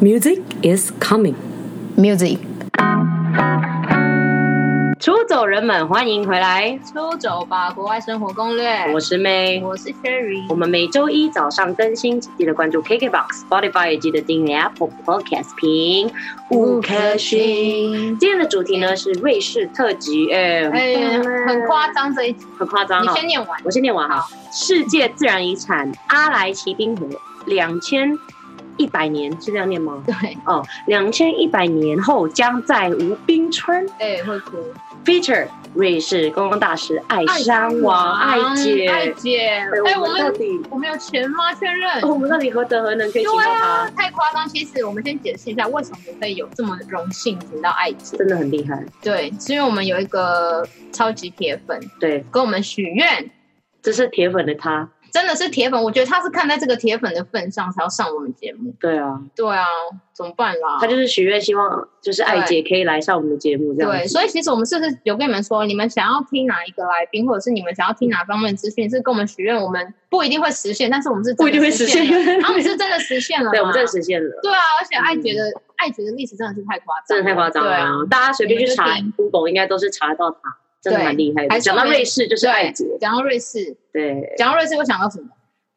Music is coming。 music。出走人们，欢迎回来，出走吧，国外生活攻略。我是 May。我是 Sherry，我们每周一早上更新，记得关注 KKBOX、Spotify，也记得订阅 Apple Podcast 评五颗星。。今天的主题呢是瑞士特辑，哎、哎，很夸张这一集，很夸张你哈、先念完。我先念完哈。世界自然遗产阿莱奇冰河，两千一百年是这样念吗？对，哦，两千一百年后将再无冰川。哎，会哭。 Feature 瑞士观光大使艾山王艾姐，嗯爱姐，哎，我我们哦到们底、我们有钱吗？确认。我们到底何德何能可以请对到她？啊，太夸张。其实我们先解释一下，为什么我会有这么荣幸请到爱姐。真的很厉害，对，是因为我们有一个超级铁粉对，跟我们许愿，这是铁粉的她，真的是铁粉。我觉得他是看在这个铁粉的份上才要上我们节目。对啊，对啊，怎么办啦？她就是许愿，希望就是艾姐可以来上我们的节目这样对，子。所以其实我们是不是有跟你们说，你们想要听哪一个来宾，或者是你们想要听哪方面的资讯，是跟我们许愿，我们不一定会实现，但是我们是真的不一定会实现了然后我们是真的实现了嘛，对，我们真的实现了，对啊，而且爱觉得、爱觉得历史真的是太夸真张，的太夸张对啊了。大家随便去查你们 Google，应该都是查得到她，真的蛮厉害还的。是讲我们到瑞士，就是艾姐对，，讲到瑞士，对，讲到瑞士，我想到什么？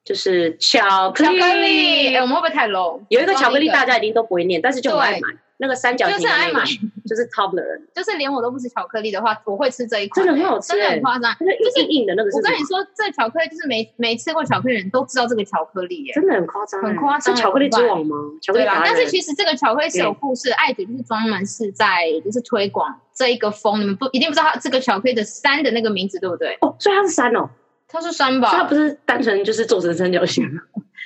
就是巧克巧克力，力哎、。我们会不会太 low？有一个巧克力，大家家一定都不会念，但是就很爱对买。那个三角形就是的很那爱个买，就是 Tobler，就是连我都不吃巧克力的话，我会吃这一款，欸真的很好吃真的哎很，夸张。那个硬硬的那个是我什跟么你说，这巧克力就是没没吃过巧克力的人都知道这个巧克力耶、真的很夸张哎，很夸张是巧克力之王吗？巧克对力啦达，人，但是其实这个巧克力是有故事，艾姐就是专门是在就是推广这一个风，你们不一定不知道它这个巧克力的山的那个名字，对不对？哦，所以它是山哦，它是山吧？所以它不是单纯就是做成三角形，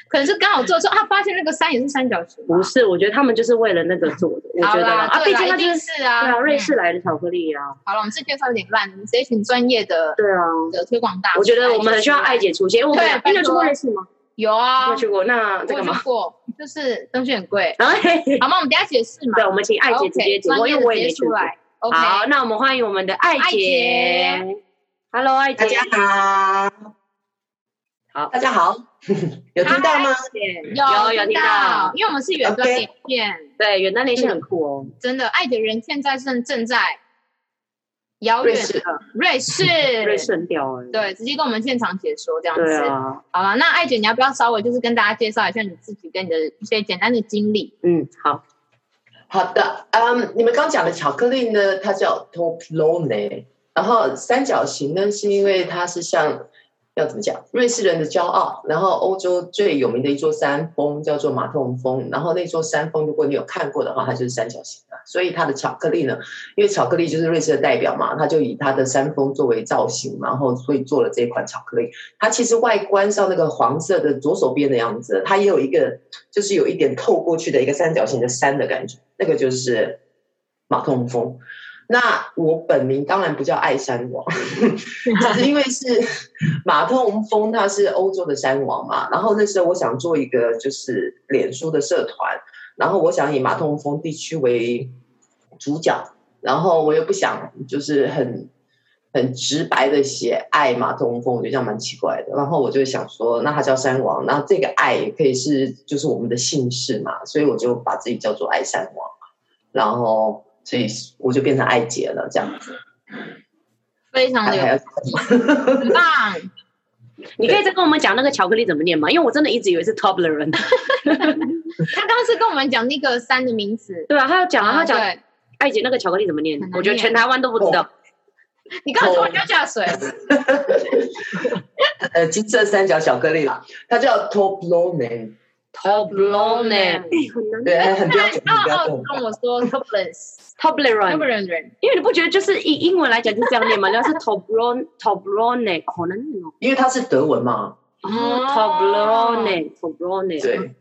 可能是刚好做错，他发现那个山也是三角形吧。不是，我觉得他们就是为了那个做的， 我好觉得啦，啊，毕对啦竟它一就定是是对啊，啊，瑞嗯。士来的巧克力啊，好了，我们这篇算有点烂，我们这一群专业的对啊，的推广大使，我觉得我们很需要艾姐出现，因为我们啊俩哎对你有拜去托过瑞士吗？有啊，没我有去过，那在有干去嘛？过，就是东西很贵。然后嘿嘿好吗？我们等一下解释 嘛对，。我们请艾姐直接 OK，讲，专因业为我也的没接去出过。来。OK，好，那我们欢迎我们的艾艾姐姐。 Hello，艾大姐家，好，好，大家好，有听到吗？有有有听到，因为我们是远端 OK 连线，对，远端连线很酷哦。真的，爱的人现在正正在遥远瑞士的瑞士，瑞士很屌哎。嗯对，直接跟我们现场解说这样对子。啊，好了，那艾姐，你要不要稍微就是跟大家介绍一下你自己跟你的一些简单的经历？嗯，好，好的，嗯，你们刚讲的巧克力呢，它叫 Toblerone，然后三角形呢，是因为它是像要怎么讲，瑞士人的骄傲，然后欧洲最有名的一座山峰叫做马特洪峰，然后那座山峰如果你有看过的话，它就是三角形的，啊所以它的巧克力呢，因为巧克力就是瑞士的代表嘛，它就以它的山峰作为造型，然后所以做了这款巧克力。它其实外观上那个黄色的左手边的样子，它也有一个就是有一点透过去的一个三角形的山的感觉，那个就是马痛风。那我本名当然不叫爱山王， 只是因为是马痛风，它是欧洲的山王嘛。然后那时候我想做一个就是脸书的社团，然后我想以马痛风地区为主角，然后我又不想就是很很直白的写爱马通风，我觉得这样蛮奇怪的。然后我就想说，那他叫山王，那这个爱也可以是就是我们的姓氏嘛，所以我就把自己叫做爱山王，然后所以我就变成爱杰了，这样子。非常的还有有很棒，你可以再跟我们讲那个巧克力怎么念吗？因为我真的一直以为是 Toblerone。他刚刚是跟我们讲那个山的名字， 对啊，他要讲啊，他讲对，艾姐那个巧克力怎么念很？难我觉得念全台湾都不知哦道。你刚刚突然掉下水，呃金色三角巧克力啦，它叫 Toblerone， Toblerone，哎很难念对，很标准，很澳标澳准。跟我说 t o p l e s t o p Toblerone， l e s 因为你不觉得就是以英文来讲就是这样念 吗？那是 Toblerone Toblerone，好难念哦。因为它是德文嘛，哦，Toblerone Toblerone，对，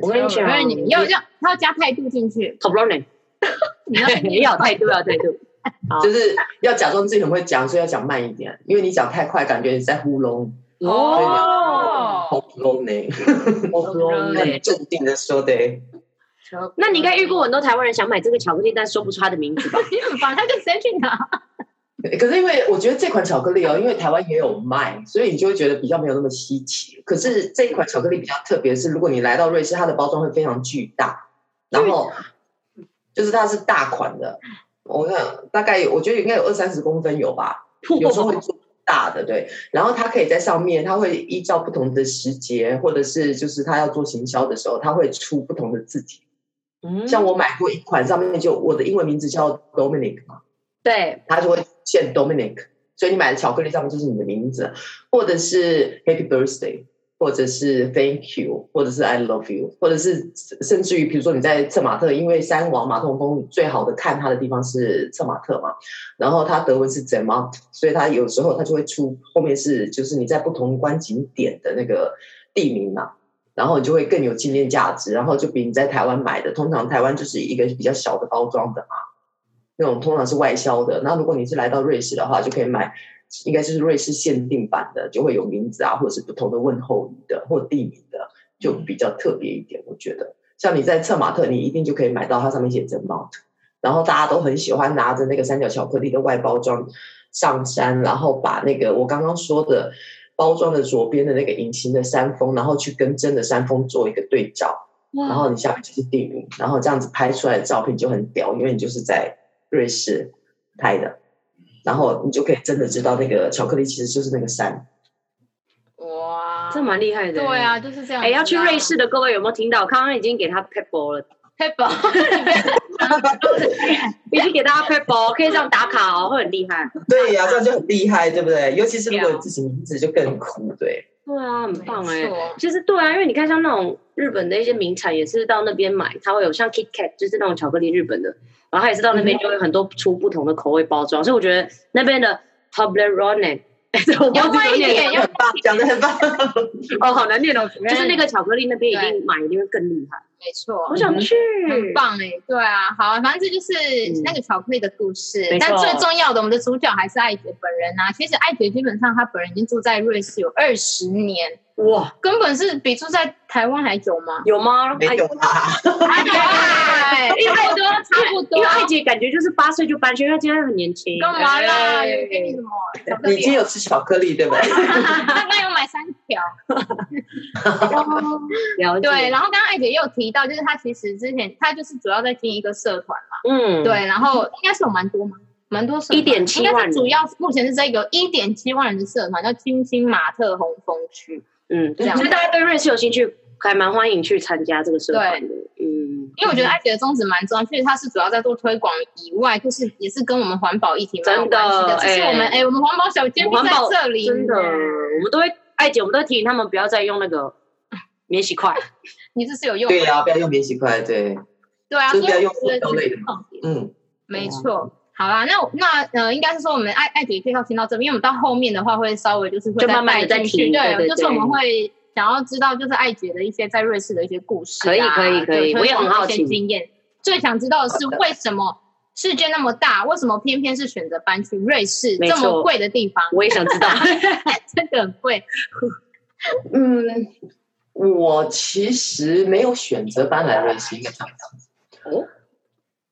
我跟你讲，你要要他要加态度进去， Toblerone，你要你要有态度，要有态度。就是要假装自己很会讲，所以要讲慢一点，因为你讲太快，感觉你在糊弄。哦，哦，糊弄呢， Toblerone 很镇定的说的，那你应该遇过很多台湾人想买这个巧克力，但说不出它的名字吧？你 很棒，他就直接去拿，可是因为我觉得这款巧克力哦，因为台湾也有卖，所以你就会觉得比较没有那么稀奇。可是这款巧克力比较特别，是如果你来到瑞士，它的包装会非常巨大，然后就是它是大款的，我看大概有我觉得应该有二三十公分有吧，有时候会做大的对，然后它可以在上面，它会依照不同的时节，或者是就是它要做行销的时候，它会出不同的字体。嗯像我买过一款，上面就我的英文名字叫 Dominic 嘛，对，它就会现 Dominic，所以你买的巧克力上面就是你的名字，或者是 Happy Birthday，或者是 Thank you，或者是 I love you，或者是甚至于比如说你在策马特，因为三王马痛风最好的看它的地方是策马特嘛，然后它德文是 z e m a t 所以它有时候它就会出后面是就是你在不同观景点的那个地名嘛、然后你就会更有纪念价值，然后就比你在台湾买的，通常台湾就是一个比较小的包装的嘛，那种通常是外销的。那如果你是来到瑞士的话，就可以买，应该就是瑞士限定版的，就会有名字啊，或者是不同的问候语的或地名的，就比较特别一点。我觉得，像你在策马特，你一定就可以买到它上面写着 Mount，然后大家都很喜欢拿着那个三角巧克力的外包装上山，然后把那个我刚刚说的包装的左边的那个隐形的山峰，然后去跟真的山峰做一个对照，然哇，后你下面就是地名，然后这样子拍出来的照片就很屌，因为你就是在瑞士拍的，然后你就可以真的知道那个巧克力其实就是那个山。 哇，这蛮厉害的。对，啊，就是这样。哎，要去瑞士的各位有没有听到？康康已经给他 pebble 了， ，Pebble，已经给大家 pebble，可以这样打卡 哦，会很厉害。对呀、这样就很厉害，对不对？尤其是如果有自己名字就更酷，对。对啊，很棒哎、 没错其实对啊，因为你看像那种日本的一些名产，也是到那边买，它会有像 Kit Kat，就是那种巧克力日本的，然后它也是到那边就会有很多出不同的口味包装，所以我觉得那边的 Toblerone，我 要忘慢记一念点，要很棒，讲的很棒。哦，好难念哦，就没是人那个巧克力那边一定对买一定会更厉害，没错，我想去，很棒哎、对啊，好啊，反正这就是嗯那个巧克力的故事。没错但最重要的，我们的主角还是艾杰本人啊。其实艾杰基本上他本人已经住在瑞士有二十年，哇，根本是比住在台湾还久 吗？哎有吗？没有啦，还久啊， 一百多差不因多为。艾姐感觉就是八岁就搬去，因为今天很年轻。干嘛啦？哎有给你什么巧克你今力天啊？有吃巧克力对不对？刚刚有买三条。了解，对，，然后刚刚艾姐也有提到，就是她其实之前她就是主要在经营一个社团。嗯，对，然后应该是有蛮多嘛，蛮多社团1.7应该是万人主要目前是这个一点七万人的社团叫金星马特洪峰区，嗯，这样所以大家对瑞士有兴趣，还蛮欢迎去参加这个社团的。嗯，因为我觉得艾姐的宗旨蛮重要，确实它是主要在做推广以外，就是也是跟我们环保议题蛮有真的关系的。只是我们哎哎、我们环保小尖兵环在保这里，真的，我们都会艾姐，我们都会提醒他们不要再用那 个免洗筷。你这是有用的对呀、不要用免洗筷，对，对啊，就所不以要我用觉得塑胶类这的是重点嗯，没哦错。好啦，那我那呃，应该是说我们艾艾姐介绍听到这边，因为我们到后面的话会稍微就是会就慢慢地带再进提去，对对就是我们对会想要知道就是艾姐的一些在瑞士的一些故事、啊，可以可以可以对我也很好奇推广的一些经验。最想知道的是为什么世界那么大，为什么偏偏是选择搬去瑞士没这错么贵的地方？我也想 知道，真的很贵，嗯，我其实没有选择搬来瑞士，应该这样讲。哦，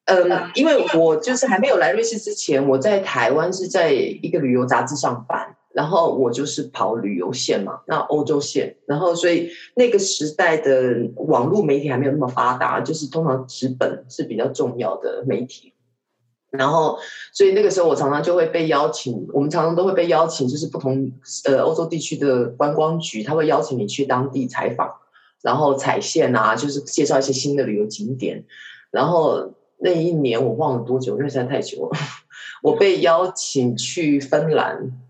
嗯，因为我就是还没有来瑞士之前，我在台湾是在一个旅游杂志上班，然后我就是跑旅游线嘛，那欧洲线，然后所以那个时代的网络媒体还没有那么发达，就是通常纸本是比较重要的媒体。然后，所以那个时候我常常就会被邀请，我们常常都会被邀请，就是不同呃欧洲地区的观光局，他会邀请你去当地采访，然后踩线啊，就是介绍一些新的旅游景点。然后那一年我忘了多久，因为实在太久了，我被邀请去芬兰，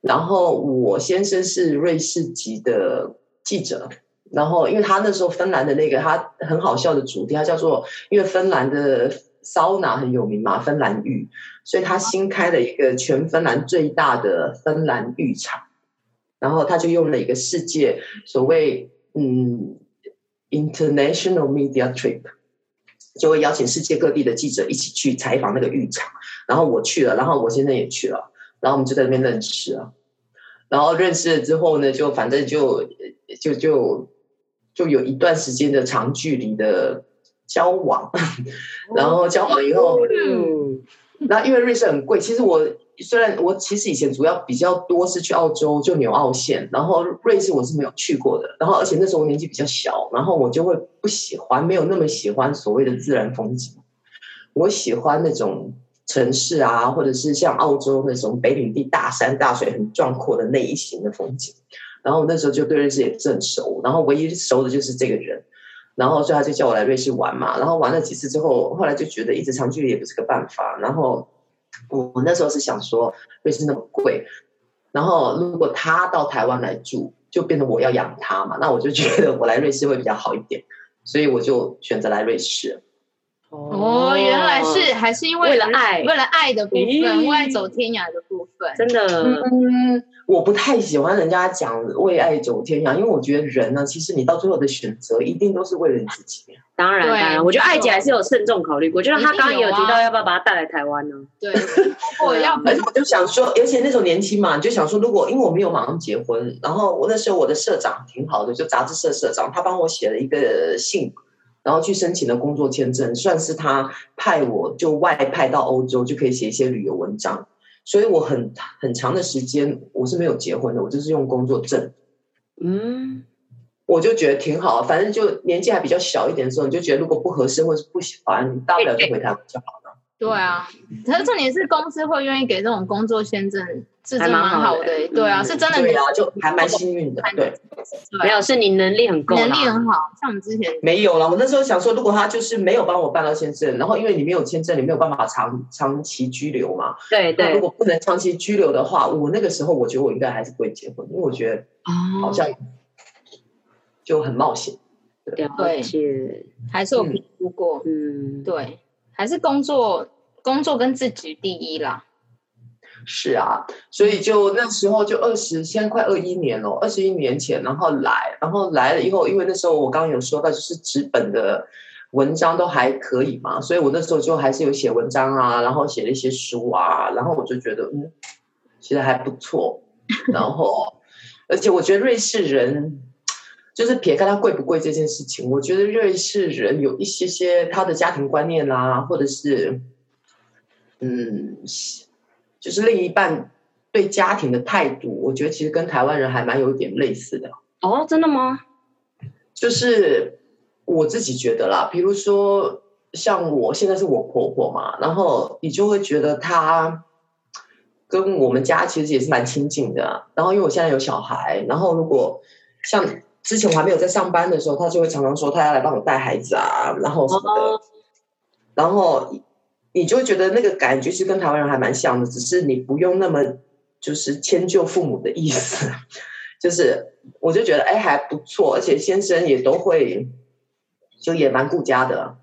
然后我先生是瑞士籍的记者。然后，因为他那时候芬兰的那个他很好笑的主题，他叫做因为芬兰的桑拿很有名嘛，芬兰浴，所以他新开了一个全芬兰最大的芬兰浴场，然后他就用了一个世界所谓嗯 international media trip，就会邀请世界各地的记者一起去采访那个浴场，然后我去了，然后我先生也去了，然后我们就在那边认识了，然后认识了之后呢，就反正就就就就有一段时间的长距离的交 往，然后交往以后。嗯，那因为瑞士很贵，其实我虽然我其实以前主要比较多是去澳洲，就纽澳线，然后瑞士我是没有去过的，然后而且那时候我年纪比较小，然后我就会不喜欢，没有那么喜欢所谓的自然风景，我喜欢那种城市啊，或者是像澳洲那种北领地大山大水很壮阔的那一型的风景。然后那时候就对瑞士也不是很熟，然后唯一熟的就是这个人，然后所以他就叫我来瑞士玩嘛，然后玩了几次之后，后来就觉得一直长距离也不是个办法，然后。我那时候是想说，瑞士那么贵，然后如果他到台湾来住，就变成我要养他嘛，那我就觉得我来瑞士会比较好一点，所以我就选择来瑞士。哦，原来是还是因为为了爱为了爱的部分，咦为爱走天涯的部分。真的，嗯，我不太喜欢人家讲为爱走天涯，因为我觉得人呢，其实你到最后的选择一定都是为了你自己。当然，对当然，我觉得艾姐还是有慎重考虑过，就是她刚刚也有提一定有到啊要不要把她带来台湾呢？对，我要 而且我就想说，而且那时候年轻嘛，你就想说，如果因为我没有马上结婚，然后我那时候我的社长挺好的，就杂志社社长，他帮我写了一个信，然后去申请了工作签证，算是他派我就外派到欧洲，就可以写一些旅游文章。所以我很很长的时间我是没有结婚的，我就是用工作证，嗯，我就觉得挺好。反正就年纪还比较小一点的时候，你就觉得如果不合适或是不喜欢，你大不了就回台湾就好。对啊，嗯可是重点是公司会愿意给这种工作签证，是真还的蛮蛮好好的的。对啊，嗯是真的对啊，就还蛮幸运的，对。没没有，是你能力啊很够啦，能力很好，像我们之前没有了，我那时候想说，如果他就是没有帮我办到签证，然后因为你没有签证，你没有办法长长期居留嘛。对那如对，果不能长期居留的话，我那个时候我觉得我应该还是不会结婚，因为我觉得好哦，像就很冒险。了解，还是有评估过，嗯，对，还是工作工作跟自己第一啦。是啊，所以就那时候就二十，现在快二一年了，二十一年前，然后来，然后来了以后，因为那时候我刚刚有说到，就是纸本的文章都还可以嘛，所以我那时候就还是有写文章啊，然后写了一些书啊，然后我就觉得嗯，其实还不错，然后而且我觉得瑞士人。就是撇开他贵不贵这件事情，我觉得瑞士人有一些些他的家庭观念啊，或者是嗯，就是另一半对家庭的态度，我觉得其实跟台湾人还蛮有点类似的。哦，真的吗？就是我自己觉得啦，比如说像我现在是我婆婆嘛，然后你就会觉得她跟我们家其实也是蛮亲近的。啊然后因为我现在有小孩，然后如果像之前我还没有在上班的时候，她就会常常说她要来帮我带孩子啊，然后什么的。哦，然后你你就会觉得那个感觉是跟台湾人还蛮像的，只是你不用那么就是迁就父母的意思， 就是我就觉得哎还不错，而且先生也都会，就也蛮顾家的，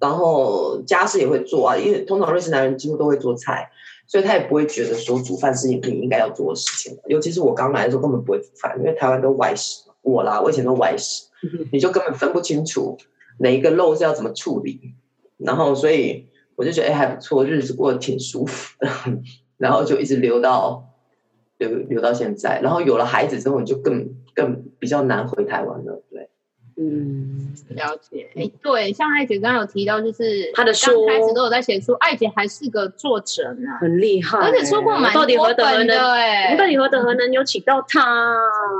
然后家事也会做啊，因为通常瑞士男人几乎都会做菜。所以他也不会觉得说煮饭是你你应该要做的事情，尤其是我刚来的时候根本不会煮饭，因为台湾都外食，我啦，我以前都外食，你就根本分不清楚哪一个肉是要怎么处理，然后所以我就觉得哎、还不错，日子过得挺舒服的，然后就一直留到留留到现在，然后有了孩子之后，你就更更比较难回台湾了，对，嗯，了解，哎，对，像艾姐刚刚有提到，就是她的书刚开始都有在写书，艾姐还是个作者呢，很厉害，而且出过嗯蛮我到底多何德何本能？的，哎，我到底何德何能有请到她？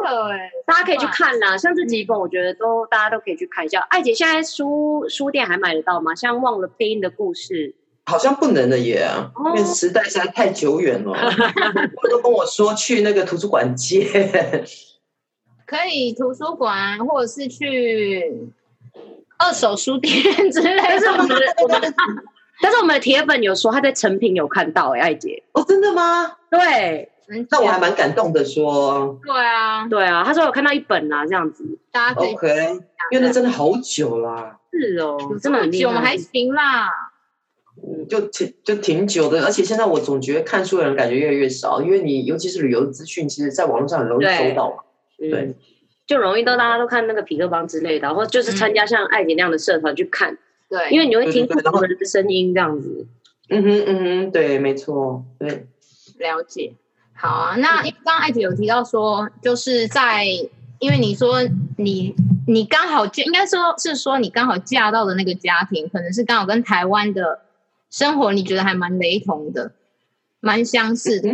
对，大家可以去看啦，像这几本，我觉得都大家都可以去看一下。艾姐现在书书店还买得到吗？像《忘了配音的故事好像不能了耶，哦因为时代实在太久远了，我都跟我说去那个图书馆借， 可以图书馆啊或者是去二手书店之类但是我的，们的我们的，但是我们的铁粉有说他在成品有看到哎、艾姐，哦，真的吗？对嗯那我还蛮感动的说对啊，对啊，他说有看到一本啊，这样子大家可以哦，OK，因为那真的好久啦。是哦，真的很厉久，害。我们还行啦，嗯就挺就挺久的，而且现在我总觉得看书的人感觉越来越少，因为你尤其是旅游资讯，其实在网络上很容易对搜到嘛。嗯对，就容易都大家都看那个皮特邦之类的，然后就是参加像艾姐那样的社团去看，嗯对，因为为你会听不对对对然同后人的声音这样子。嗯哼嗯哼，对，没错，对，了解。好啊，那因为刚刚艾姐有提到说，就是在因为你说你你刚好嫁，应该说是说你刚好嫁到的那个家庭，可能是刚好跟台湾的生活你觉得还蛮雷同的。蛮相似的。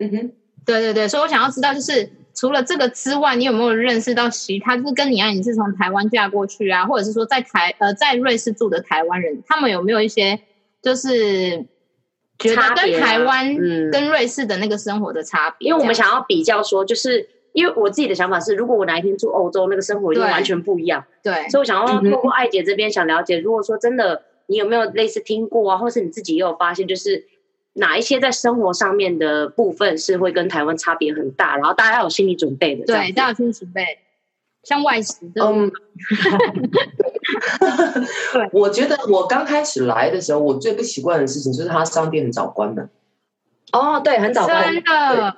嗯哼，对对对，所以我想要知道，就是除了这个之外，你有没有认识到其他？就是跟你啊，你是从台湾嫁过去啊，或者是说在台呃在瑞士住的台湾人，他们有没有一些就是觉得差别跟啊台湾、嗯跟瑞士的那个生活的差别？因为我们这样想要比较说，就是因为我自己的想法是，如果我哪一天住欧洲，那个生活就对完全不一样。对所以我想要嗯哼透过艾姐这边想了解，如果说真的你有没有类似听过啊，或是你自己也有发现，就是哪一些在生活上面的部分是会跟台湾差别很大，然后大家要有心理准备的。这样哦对，子大家有听准备，像外食这种，嗯， 对，我觉得我刚开始来的时候，我最不习惯的事情就是他商店很早关门，哦，对，很早关真的，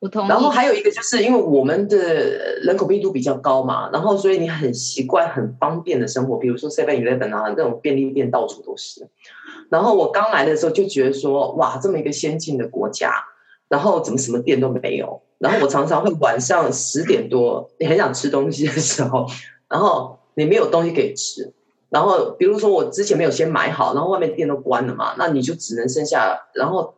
我同意。然后还有一个就是因为我们的人口密度比较高嘛，然后所以你很习惯很方便的生活，比如说 Seven Eleven 啊那种便利店到处都是。然后我刚来的时候就觉得说，哇，这么一个先进的国家，然后怎么什么店都没有？然后我常常会晚上十点多，你很想吃东西的时候，然后你没有东西可以吃。然后比如说我之前没有先买好，然后外面店都关了嘛，那你就只能剩下，然后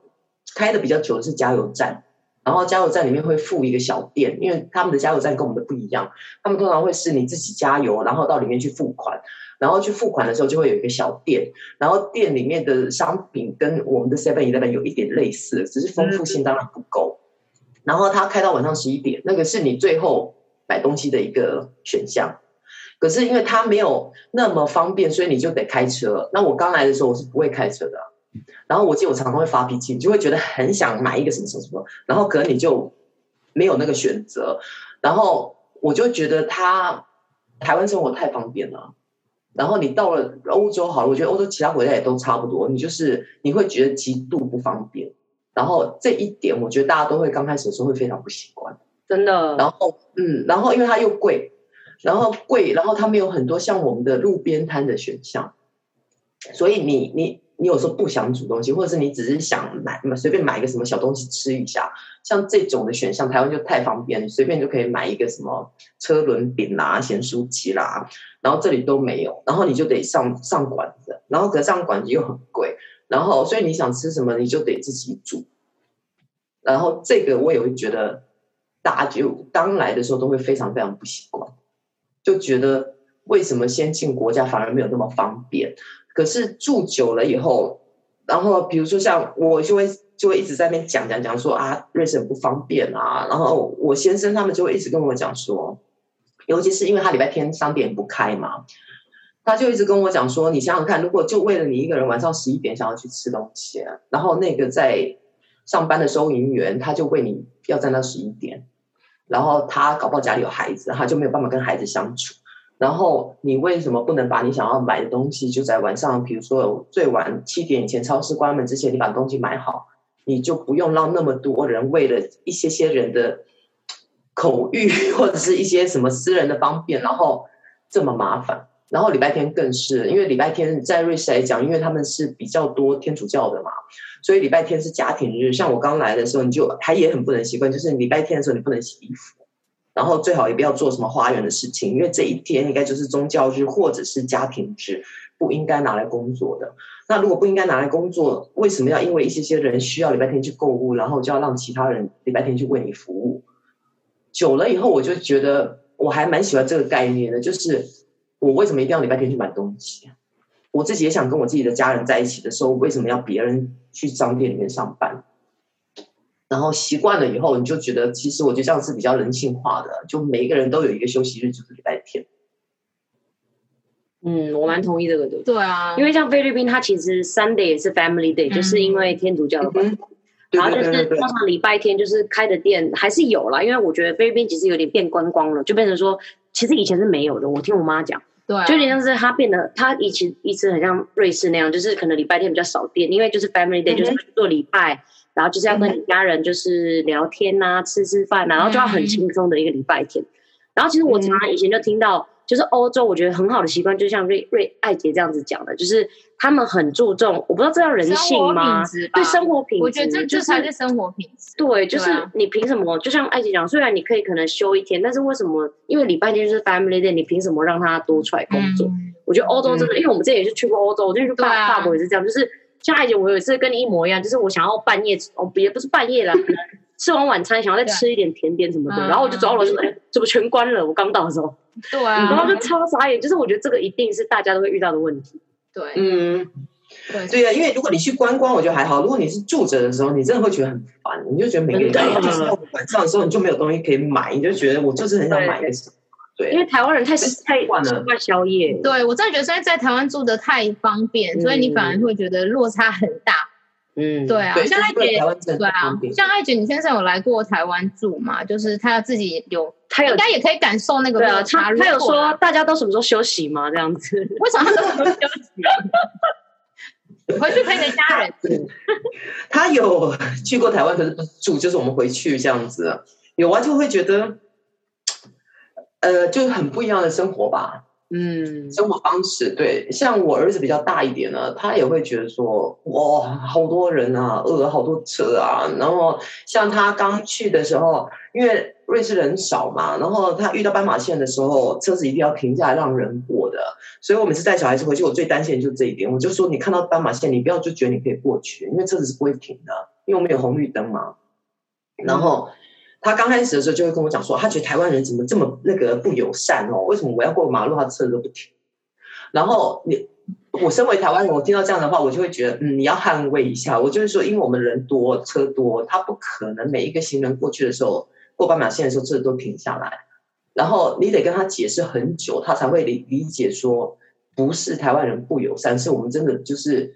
开的比较久的是加油站，然后加油站里面会附一个小店，因为他们的加油站跟我们的不一样，他们通常会是你自己加油，然后到里面去付款，然后去付款的时候就会有一个小店，然后店里面的商品跟我们的 Seven Eleven 有一点类似，只是丰富性当然不够。然后它开到晚上十一点，那个是你最后买东西的一个选项。可是因为它没有那么方便，所以你就得开车。那我刚来的时候我是不会开车的啊、然后我记得我常常会发脾气，你就会觉得很想买一个什么什么什么，然后可能你就没有那个选择。然后我就觉得他台湾生活太方便了。然后你到了欧洲好了，我觉得欧洲其他国家也都差不多，你就是你会觉得极度不方便。然后这一点，我觉得大家都会刚开始的时候会非常不习惯。真的，然后嗯，然后因为它又贵，然后贵，然后他们有很多像我们的路边摊的选项，所以你你你有时候不想煮东西，或者是你只是想买买随便买一个什么小东西吃一下，像这种的选项，台湾就太方便，你随便就可以买一个什么车轮饼啦、咸酥鸡啦，然后这里都没有，然后你就得上上馆子，然后可是上馆子又很贵，然后所以你想吃什么你就得自己煮，然后这个我也会觉得，大家就刚来的时候都会非常非常不习惯，就觉得为什么先进国家反而没有那么方便？可是住久了以后，然后比如说像我就会就会一直在那边讲讲讲说啊，瑞士很不方便啊，然后我先生他们就会一直跟我讲说，尤其是因为他礼拜天商店不开嘛。他就一直跟我讲说，你想想看，如果就为了你一个人晚上十一点想要去吃东西，然后那个在上班的收银员，他就为你要站到十一点，然后他搞不好家里有孩子，他就没有办法跟孩子相处。然后你为什么不能把你想要买的东西就在晚上，比如说最晚七点以前超市关门之前，你把东西买好，你就不用让那么多人为了一些些人的口欲或者是一些什么私人的方便，然后这么麻烦。然后礼拜天更是，因为礼拜天在瑞士来讲，因为他们是比较多天主教的嘛，所以礼拜天是家庭日。像我刚来的时候，你就还也很不能习惯，就是礼拜天的时候你不能洗衣服，然后最好也不要做什么花园的事情，因为这一天应该就是宗教日或者是家庭日，不应该拿来工作的。那如果不应该拿来工作，为什么要因为一些些人需要礼拜天去购物，然后就要让其他人礼拜天去为你服务？久了以后，我就觉得我还蛮喜欢这个概念的，就是我为什么一定要礼拜天去买东西？啊我自己也想跟我自己的家人在一起的时候，为什么要别人去商店里面上班？然后习惯了以后，你就觉得其实我觉得这样是比较人性化的，就每一个人都有一个休息日，就是礼拜天。嗯，我蛮同意这个的，对啊，因为像菲律宾，它其实 Sunday 也是 Family Day，、嗯就是因为天主教的关系。对然后就对对是对对通，常礼拜天就是开的店还是有啦，因为我觉得菲律宾其实有点变观光了，就变成说其实以前是没有的。我听我妈讲，对啊，就有点像是它变得它以前一直很像瑞士那样，就是可能礼拜天比较少店，因为就是 Family Day 嗯哼就是做礼拜，然后就是要跟家人就是聊天呐、吃吃饭啊，然后就要很轻松的一个礼拜天。然后其实我常常以前就听到，就是欧洲我觉得很好的习惯，就像瑞瑞艾姐这样子讲的，就是他们很注重，我不知道这叫人性吗？生活品质吧对生活品质，我觉得这就这才是生活品质。对，就对是啊你凭什么？就像艾姐讲，虽然你可以可能休一天，但是为什么？因为礼拜天就是 family day，你凭什么让他多出来工作？嗯我觉得欧洲真的，因为我们之前也是去过欧洲，我之前去对法、啊法国也是这样，就是像艾姐，我有一次跟你一模一样，就是我想要半夜哦，也不是半夜啦，可能吃完晚餐想要再吃一点甜点什么的，嗯然后我就走到楼上，哎，怎么全关了？我刚到的时候，对嗯然啊后，就超傻眼。就是我觉得这个一定是大家都会遇到的问题。对嗯，对，对啊呀、因为如果你去观光，我觉得还好；如果你是住着的时候，你真的会觉得很烦，你就觉得每个礼拜真的就是到晚上的时候，你就没有东西可以买，你就觉得我就是很想买一个什么。因对啊为台湾人太太习惯了惯宵夜，对我真的觉得现在在台湾住的太方便，所以你反而会觉得落差很大。嗯，对啊，对，像艾就是姐台，湾真的对很啊方便，像艾姐，你先生有来过台湾住嘛？就是他自己有，他有应该也可以感受那个对啊，落差。他他有如果说大家都什么时候休息吗？这样子，为什么他这么休息？ 回去陪你的家人。他有 去过台湾，可是不是住，就是我们回去这样子，有啊，就会觉得，呃，就是很不一样的生活吧，嗯，生活方式。对，像我儿子比较大一点呢，他也会觉得说，哇，好多人啊，呃，好多车啊。然后像他刚去的时候，因为瑞士人少嘛，然后他遇到斑马线的时候，车子一定要停下来让人过的。所以我每次带小孩子回去，我最担心的就是这一点。我就说，你看到斑马线，你不要就觉得你可以过去，因为车子是不会停的，因为我们有红绿灯嘛。然后他刚开始的时候就会跟我讲说，他觉得台湾人怎么这么那个不友善哦？为什么我要过马路，他车子都不停？然后你，我身为台湾人，我听到这样的话，我就会觉得，嗯，你要捍卫一下。我就是说，因为我们人多车多，他不可能每一个行人过去的时候，过斑马线的时候，车子都停下来。然后你得跟他解释很久，他才会理理解说，不是台湾人不友善，是我们真的就是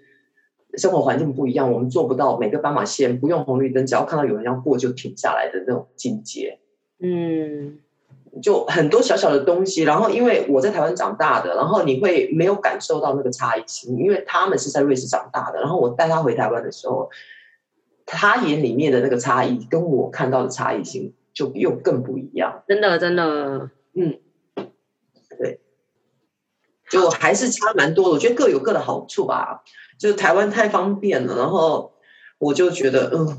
生活环境不一样，我们做不到每个斑马线不用红绿灯，只要看到有人要过就停下来的那种境界。 嗯，就很多小小的东西，然后因为我在台湾长大的，然后你会没有感受到那个差异性，因为他们是在瑞士长大的，然后我带他回台湾的时候，他眼里面的那个差异跟我看到的差异性就又更不一样。真的真的，就还是差蛮多的。我觉得各有各的好处吧。就是台湾太方便了，然后我就觉得嗯，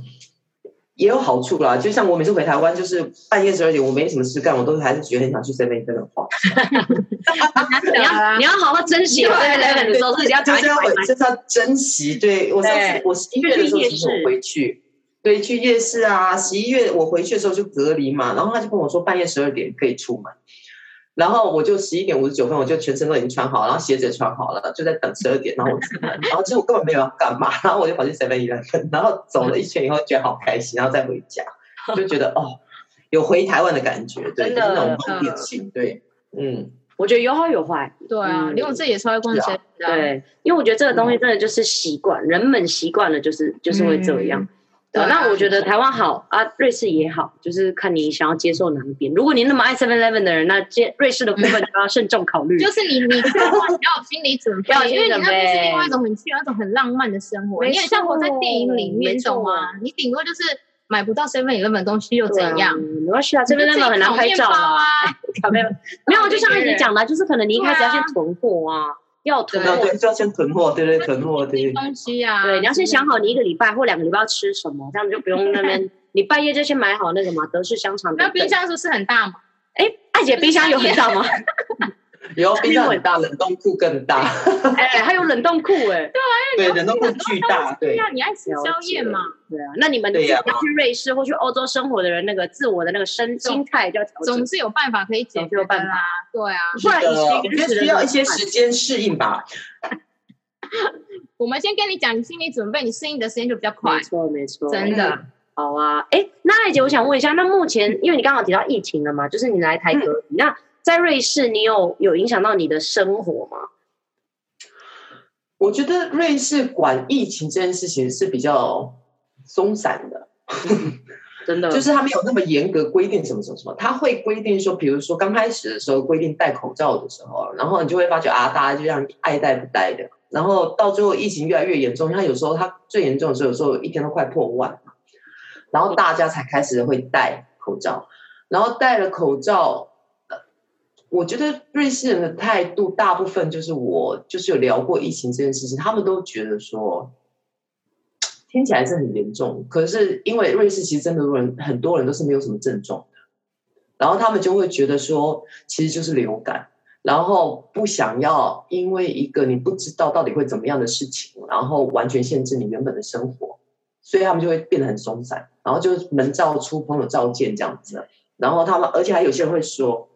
也有好处啦。就像我每次回台湾，就是半夜十二点，我没什么事干，我都还是觉得很想去 seven 真的晃，你要你要好好珍惜对我在 Eleven 的时候，自己要就打是一要买回买。就是要珍惜。对我上次对我十一月的时候，去夜市其实我回去。对，去夜市啊！十一月我回去的时候就隔离嘛，然后他就跟我说半夜十二点可以出门，然后我就十一点五十九分，我就全身都已经穿好，然后鞋子也穿好了，就在等十二点，然后我出门，然后其实我根本没有要干嘛，然后我就跑去 Seven Eleven，然后走了一圈以后觉得好开心，然后再回家，就觉得哦，有回台湾的感觉，真对，就的嗯是那种方便性，对，嗯，我觉得有好有坏，对啊，嗯连我自己也超爱逛街的啊。对，因为我觉得这个东西真的就是习惯，人们习惯了就是就是会这样。嗯嗯对，对啊那我觉得台湾好啊，瑞士也好，就是看你想要接受哪一边。如果你那么爱 Seven Eleven 的人，那接瑞士的部分就要慎重考虑。就是你，你看话你要有心理准备要，有因心为理你准那备边是另外一种很去那种很浪漫的生活，没错你很像活在电影里面，没你错懂吗？你顶多就是买不到 seven eleven 东西又对啊怎样？没关系啊，Seven 你就自己 Eleven 很难烤拍面照包啊。，烤面包没有，就像艾姐讲的，就是可能你一开始要对先啊囤货啊，要有囤然货后对，就要先囤货，对对，囤货，对，东西啊，对，你要先想好你一个礼拜或两个礼拜要吃什么，这样就不用那 边你半夜就先买好那个嘛德式香肠等那等。冰箱是不是很大嘛？哎，艾姐冰箱有很大吗？然后冰箱很大，冷冻库更大，哎，还有冷冻库哎。对，冷冻库巨大，对对，啊，你爱吃宵夜嘛？对啊，那你们对要呀去瑞士或去欧洲生活的人，那个自我的那个身心态就要调总整。是有办法可以解决总是有的办啦。对啊，不然以呃我前觉得需要一些时间适应吧。我们先跟你讲，你心理准备，你适应的时间就比较快没。错没错，真的，好啊。哎，那艾姐，我想问一下，那目前因为你刚好提到疫情了嘛，就是你来嗯台隔离，那在瑞士你有有影响到你的生活吗？我觉得瑞士管疫情这件事情是比较松散的，真的，就是他没有那么严格规定什么什么什么，他会规定说，比如说刚开始的时候规定戴口罩的时候，然后你就会发觉啊，大家就这样爱戴不戴的，然后到最后疫情越来越严重，他有时候他最严重的时候，有时候一天都快破万嘛，然后大家才开始会戴口罩，然后戴了口罩。呃我觉得瑞士人的态度，大部分就是我就是有聊过疫情这件事情，他们都觉得说，听起来是很严重，可是因为瑞士其实真的很多人很多人都是没有什么症状的，然后他们就会觉得说其实就是流感，然后不想要因为一个你不知道到底会怎么样的事情，然后完全限制你原本的生活，所以他们就会变得很松散，然后就是门照出，朋友照见这样子。然后他们，而且还有些人会说，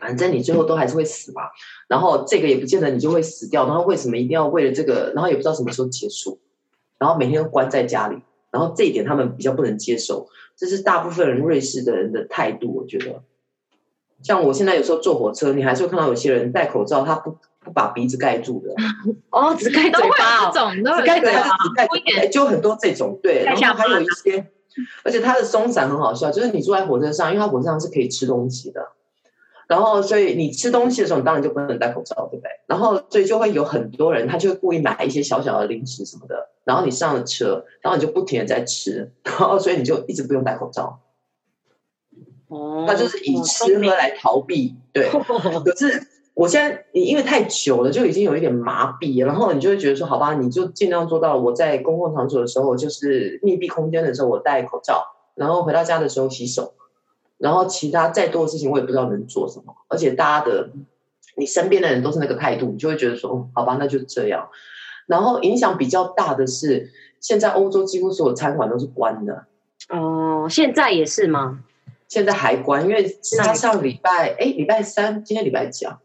反正你最后都还是会死嘛，然后这个也不见得你就会死掉，然后为什么一定要为了这个，然后也不知道什么时候结束，然后每天都关在家里，然后这一点他们比较不能接受，这是大部分人瑞士的人的态度，我觉得。像我现在有时候坐火车，你还是会看到有些人戴口罩，他不不把鼻子盖住的，哦，只盖都嘴会巴有这哦，种，都会只有盖这着种还是只盖敷衍着，就很多这种对，盖然下后巴还有一些， 而且它的松散很好笑，就是你坐在火车上，因为它火车上是可以吃东西的，然后所以你吃东西的时候，你当然就不能戴口罩，对不对？然后所以就会有很多人，他就会故意买一些小小的零食什么的，然后你上了车，然后你就不停的在吃，然后所以你就一直不用戴口罩，哦他啊就是以吃喝来逃避，对。可是我现在你因为太久了，就已经有一点麻痹，然后你就会觉得说，好吧，你就尽量做到我在公共场所的时候，就是密闭空间的时候，我戴口罩，然后回到家的时候洗手，然后其他再多的事情我也不知道能做什么，而且大家的你身边的人都是那个态度，你就会觉得说，哦好吧，那就这样。然后影响比较大的是，现在欧洲几乎所有餐馆都是关的，哦，现在也是吗？现在还关，因为他上礼拜哎礼拜三，今天礼拜几啊？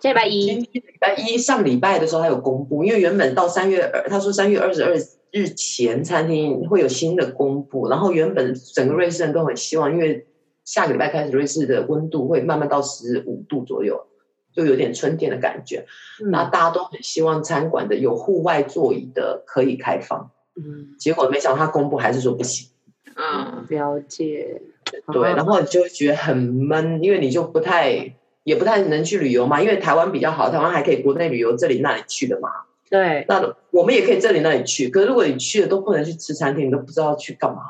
下礼拜一今天礼拜一上礼拜的时候，他有公布，因为原本到三月二，他说三月二十二日前餐厅会有新的公布，然后原本整个瑞士人都很希望，因为下个礼拜开始瑞士的温度会慢慢到十五度左右，就有点春天的啊感觉，那嗯大家都很希望餐馆的有户外座椅的可以开放，嗯，结果没想到他公布还是说不行。嗯，了解。对，啊然后你就会觉得很闷，因为你就不太也不太能去旅游嘛，因为台湾比较好，台湾还可以国内旅游这里那里去的嘛。对，那我们也可以这里那里去，可是如果你去了都不能去吃餐厅，你都不知道去干嘛。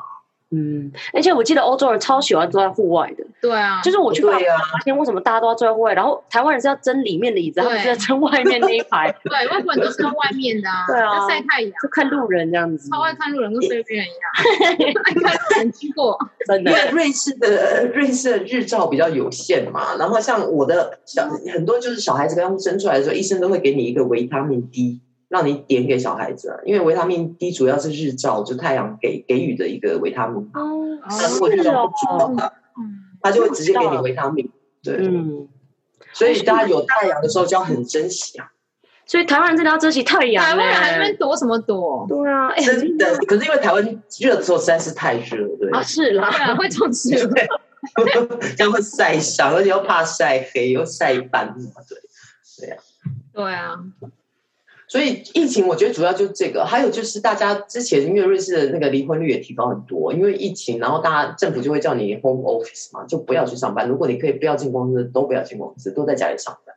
嗯，而且我记得欧洲人超喜欢坐在户外的，对啊，就是我去法对国呀、发现为什么大家都要坐在户外，然后台湾人是要争里面的椅子，他们是对要争外面那一排，对，外国人都是在外面的啊，对啊要晒太阳，就看路人这样子，超爱看路人，跟菲律宾人一 样， 爱看路人经过，真因的。为瑞士的瑞士的日照比较有限嘛，然后像我的小很多就是小孩子刚生出来的时候，医生都会给你一个维他命 D，让你点给小孩子啊，因为维他命 D 主要是日照，就太阳给给予的一个维他命。哦那如果日是照不足的哦，话，嗯，他就会直接给你维他命。对，嗯，所以大家有太阳的时候就要很珍惜啊，所以台湾人真的要珍惜太阳欸。台湾人还在那边躲什么躲？对啊，哎，很真厉害的。可是因为台湾热的时候实在是太热了，对，啊，是啦对，啊，会中暑， 这样会晒伤，而且又怕晒黑，又晒斑嘛，对。对啊，所以疫情我觉得主要就是这个，还有就是大家之前因为瑞士的那个离婚率也提高很多，因为疫情，然后大家政府就会叫你 home office 嘛，就不要去上班。如果你可以不要进公司，都不要进公司，都在家里上班。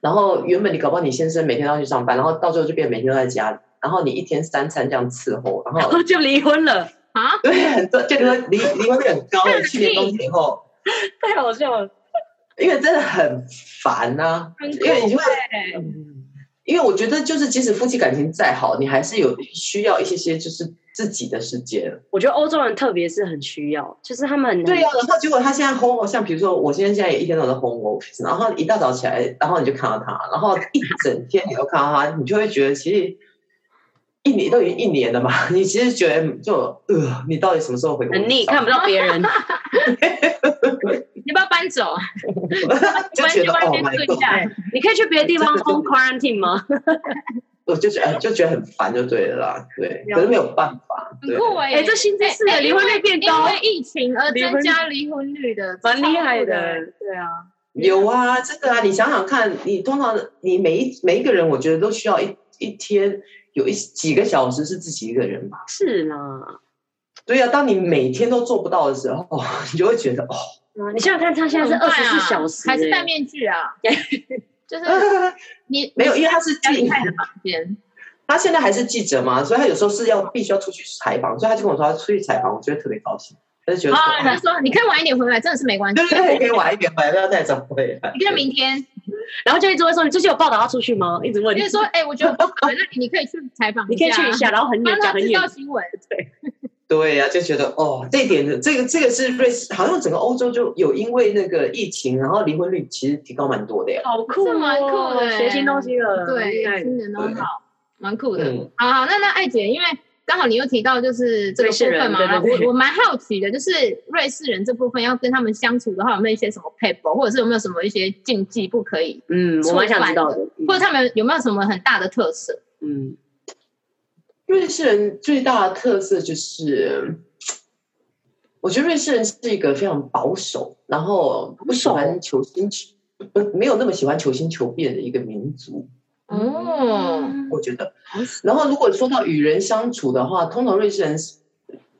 然后原本你搞不好你先生每天都要去上班，然后到最后就变每天都在家里，然后你一天三餐这样伺候，然后然后就离婚了，啊，对， 很多这个离离婚率很高了。去年冬天以后，太好笑了。因为真的很烦呐、很因为你会，对嗯因为我觉得就是即使夫妻感情再好，你还是有需要一些些就是自己的时间。我觉得欧洲人特别是很需要，就是他们很对啊呀、然后结果他现在 home，像比如说我现在现在也一天到晚在 home office，然后一大早起来，然后你就看到他，然后一整天你都看到他，你就会觉得其实。一年都已经一年了嘛，你其实觉得就呃，你到底什么时候回？很腻，看不，到别 人。你要不要搬走？就觉得搬哦去外面 my 住 god，一下，你可以去别的地方真的真 home 的 quarantine 吗？我就觉得就觉得很烦，就对了啦，对，可是没有办法，很对，酷哎，哎，这新知识哎哎离婚率变因高为，疫情而增加离婚率的，蛮厉害超酷。的。对啊，有啊，这个啊，你想想看，你通常你每一每一个人，我觉得都需要一一天有一几个小时是自己一个人吧。是啦。对啊，当你每天都做不到的时候， 你就会觉得哦，嗯你想想看，他现在是怎么二办十啊四小时，欸还是戴面具 啊？就是你 没有，因为他是家里记，看的房间，他现在还是记者嘛，所以他有时候是要必须要出去采访，所以他就跟我说他出去采访，我觉得特别高兴，他就觉得说啊， 他说你可以晚一点回来，真的是没关系对。对对，可以晚一点回来，不要太早回来。你看明天，然后就一直会说你最近有报道要出去吗？一直问你你就，说，哎，我觉得不可能，那你可以去采访，你可以去一，下，然后很帮远，讲他很制远造。新闻。对呀、就觉得哦，这一点的这个这个是瑞士，好像整个欧洲就有因为那个疫情，然后离婚率其实提高蛮多的呀。好酷、哦，这蛮酷的学新东西了，对嗯厉害，新人都好，蛮酷的。嗯，好好，那那艾姐，因为刚好你又提到就是这瑞个部士人分嘛，对对对我我蛮好奇的，就是瑞士人这部分要跟他们相处的话，有没有一些什么 paper，或者是有没有什么一些禁忌不可以，嗯，我蛮想知道的，或嗯者他们有没有什么很大的特色？嗯，瑞士人最大的特色就是，我觉得瑞士人是一个非常保守，然后不喜欢求新求不没有那么喜欢求新求变的一个民族，嗯哦，我觉得。然后如果说到与人相处的话，通常瑞士人是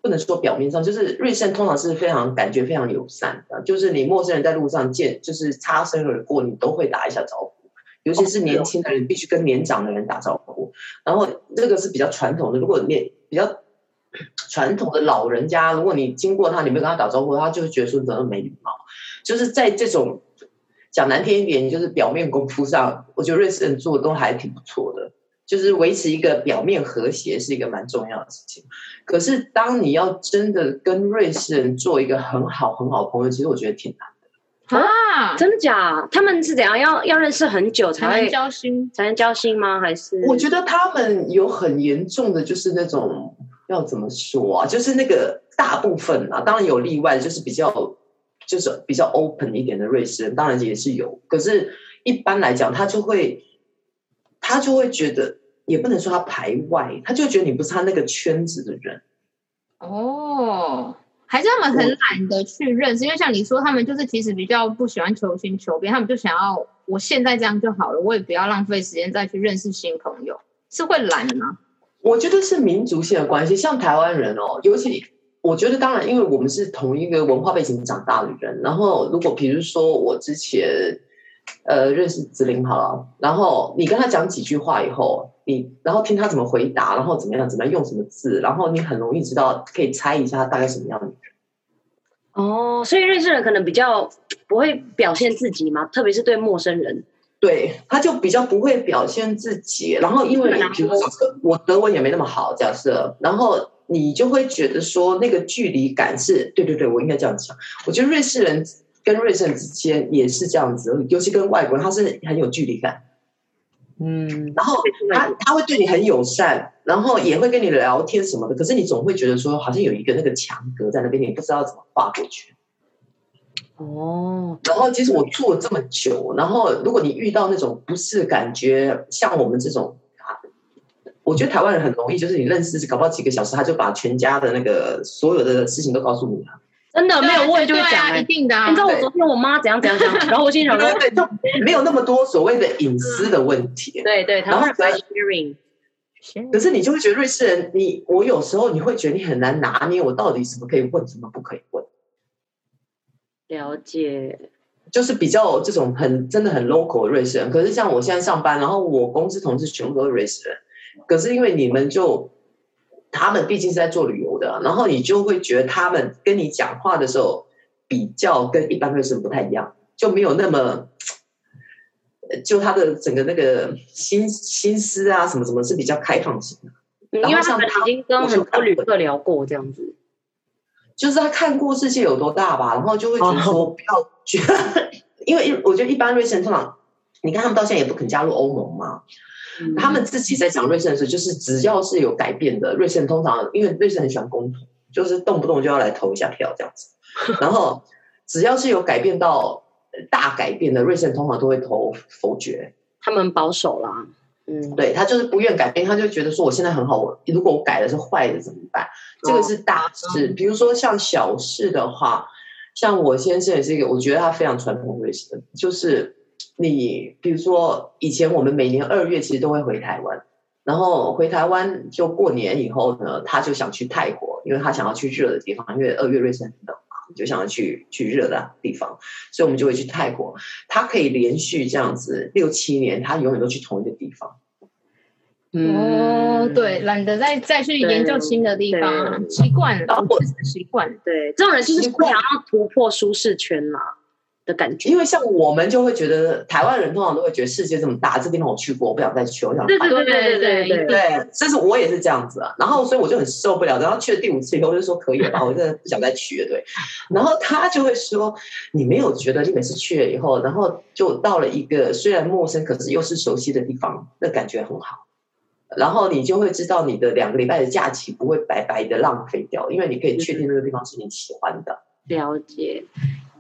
不能说表面上，就是瑞士人通常是非常感觉非常友善的，就是你陌生人在路上见，就是擦身而过，你都会打一下招呼。尤其是年轻的人，必须跟年长的人打招呼。然后这个是比较传统的，如果你比较传统的老人家，如果你经过他，你没有跟他打招呼，他就会觉得说你怎么没礼貌。就是在这种讲难听一点，就是表面功夫上，我觉得瑞士人做的都还挺不错的。就是维持一个表面和谐是一个蛮重要的事情，可是当你要真的跟瑞士人做一个很好很好的朋友，其实我觉得挺难。啊，真的假？他们是怎样要要认识很久才才能会交心。才能交心吗？还是我觉得他们有很严重的，就是那种要怎么说啊，就是那个大部分啊，当然有例外，就是比较就是比较 open 一点的瑞士人，当然也是有，可是一般来讲，他就会他就会觉得，也不能说他排外，他就觉得你不是他那个圈子的人。哦，还是他们很懒得去认识，因为像你说，他们就是其实比较不喜欢求新求变，他们就想要我现在这样就好了，我也不要浪费时间再去认识新朋友，是会懒的吗？我觉得是民族性的关系，像台湾人哦，尤其我觉得，当然，因为我们是同一个文化背景长大的人，然后如果比如说我之前呃认识子玲好了，然后你跟他讲几句话以后，你然后听他怎么回答，然后怎么样怎么样用什么字，然后你很容易知道可以猜一下他大概什么样的人。哦，所以认识人可能比较不会表现自己嘛，特别是对陌生人。对，他就比较不会表现自己，然后因为对啊比如说我德我德文也没那么好，假设，然后你就会觉得说那个距离感是，对对对，我应该这样讲。我觉得瑞士人跟瑞士人之间也是这样子，尤其跟外国人，他是很有距离感，嗯，然后啊他他会对你很友善，然后也会跟你聊天什么的，可是你总会觉得说好像有一个那个墙隔在那边，你不知道怎么跨过去。哦，然后其实我做了这么久，然后如果你遇到那种不是感觉像我们这种，啊我觉得台湾人很容易，就是你认识搞不好几个小时，他就把全家的那个所有的事情都告诉你了，真呃的没有问就会对讲、啊，欸一定的、啊你知。道我昨天我妈怎样怎样怎样，然后我心想 说，对，就没有那么多所谓的隐私的问题。对对，台湾人不爱 sharing，可是你就会觉得瑞士人，你我有时候你会觉得你很难拿捏，我到底什么可以问，什么不可以问，了解，就是比较这种很真的很 local 的瑞士人。可是像我现在上班，然后我公司同事全部都是瑞士人，可是因为你们就他们毕竟是在做旅游的，然后你就会觉得他们跟你讲话的时候比较跟一般瑞士人不太一样，就没有那么。呃就他的整个那个心心思啊，什么什么是比较开放型的，嗯然后因为他像们他已经跟很多旅客聊过这样子，就是他看过世界有多大吧，然后就会觉得说不要觉得， 因为我觉得一般瑞士人通常，你看他们到现在也不肯加入欧盟嘛，嗯他们自己在讲瑞士人的时候，就是只要是有改变的，瑞士人通常因为瑞士人很喜欢公投，就是动不动就要来投一下票这样子。然后只要是有改变到呃大改变的，瑞士人通常都会投否决。他们保守啦，嗯，对他就是不愿改变，他就觉得说我现在很好，我如果我改的是坏的怎么办？这个是大事。比如说像小事的话，像我先生也是一个，我觉得他非常传统瑞士人，就是你比如说以前我们每年二月其实都会回台湾，然后回台湾就过年以后呢，他就想去泰国，因为他想要去热的地方，因为二月瑞士很冷嘛，就想要去去热的地方，所以我们就会去泰国。他可以连续这样子六七年，他永远都去同一个地方。嗯哦，对，懒得再再去研究新的地方啊，对习惯了，然后我习惯了。对，这种人就是不想要突破舒适圈啦，的感觉。因为像我们就会觉得，台湾人通常都会觉得世界这么大，这地方我去过，我不想再去，我想对搬对对对对对对，对，这是我也是这样子啊。然后，所以我就很受不了。然后去了第五次以后，我就说可以了吧，我真的不想再去了。对，然后他就会说，你没有觉得你每次去了以后，然后就到了一个虽然陌生，可是又是熟悉的地方，那感觉很好。然后你就会知道你的两个礼拜的假期不会白白的浪费掉，因为你可以确定那个地方是你喜欢的。了解。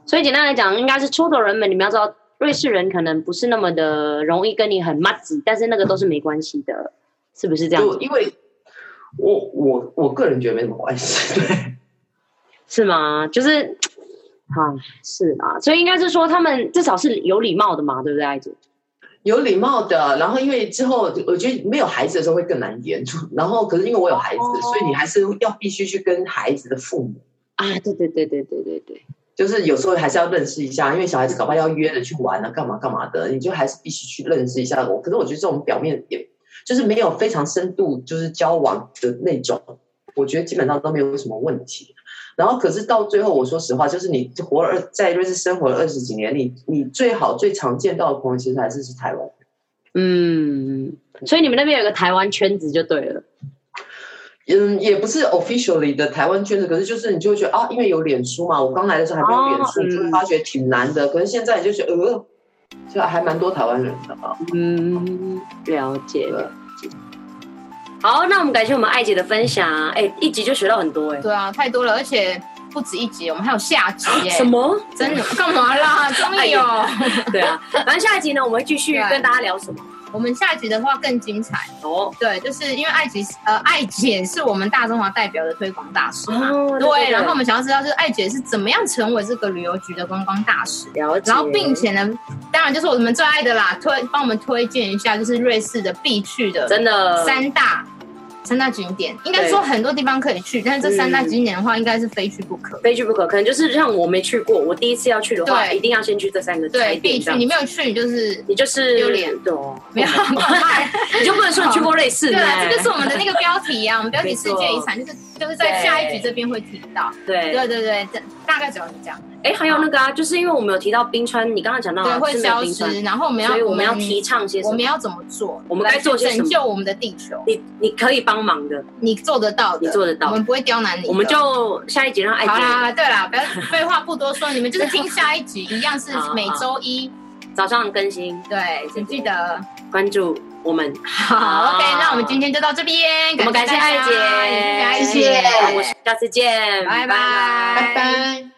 所以简单来讲，应该是出头人们，你们要知道，瑞士人可能不是那么的容易跟你很 m a 但是那个都是没关系的，是不是这样就子？因为我我我个人觉得没什么关系， 对。是吗？就是，啊，是啊，所以应该是说他们至少是有礼貌的嘛，对不对，艾姐？有礼貌的，然后因为之后我觉得没有孩子的时候会更难严重，然后可是因为我有孩子，哦所以你还是要必须去跟孩子的父母，啊，对对对对对对对，就是有时候还是要认识一下，因为小孩子搞不好要约着去玩啊，干嘛干嘛的，你就还是必须去认识一下我。可是我觉得这种表面也就是没有非常深度，就是交往的那种，我觉得基本上都没有什么问题。然后，可是到最后，我说实话，就是你活了二在瑞士生活了二十几年，你你最好最常见到的朋友，其实还是是台湾。嗯，所以你们那边有个台湾圈子就对了，嗯，也不是 officially 的台湾圈子，可是就是你就会觉得啊，因为有脸书嘛，我刚来的时候还没有脸书，哦嗯就会发觉挺难的。可是现在你就觉得，呃，就还蛮多台湾人的啊。嗯，了解了解。好，那我们感谢我们艾姐的分享，哎，一集就学到很多哎、对啊，太多了，而且不止一集，我们还有下 集耶、什么？哎真的干 嘛啦？哦终于有，对啊，反正下一集呢，我们会继续对啊跟大家聊什么我们下集的话更精彩。哦。对，就是因为艾姐呃，艾姐是我们大中华代表的推广大使嘛。哦对，然后我们想要知道，就是艾姐是怎么样成为这个旅游局的观光大使，了解，然后并且呢，当然就是我们最爱的啦，推帮我们推荐一下，就是瑞士的必去的真的三大三大景点，应该说很多地方可以去，但是这三大嗯景点的话，应该是非去不可。非去不可，可能就是像我没去过，我第一次要去的话，对一定要先去这三个对，踩点必这去，样你没有去，你就是你就是丢脸对哦 没有 你就不能说你去过瑞士对呢？啊，这就是我们的那个标题啊，我们标题没世错界遗产就是就是在下一集这边会提到。对对对对，这大概主要是这样。哎，还有那个啊，就是因为我们有提到冰川，你刚刚讲到对，啊会是没有消冰川，失，然后我们要所以我们要提倡些什我么们？要怎么做，我们该做些什么来拯救我们的地球。你你可以帮忙的，你做得到的，你做得到我们不会刁难你的。我们就哎下一集让艾好啊啦，姐对啦，不要废话不多说，你们就是听下一集，一样 是每周一，早上更新，对，请记得。关注我们。好，OK，那我们今天就到这边，我们感谢大家艾姐，谢谢艾姐，谢谢我们下次见，拜拜拜拜。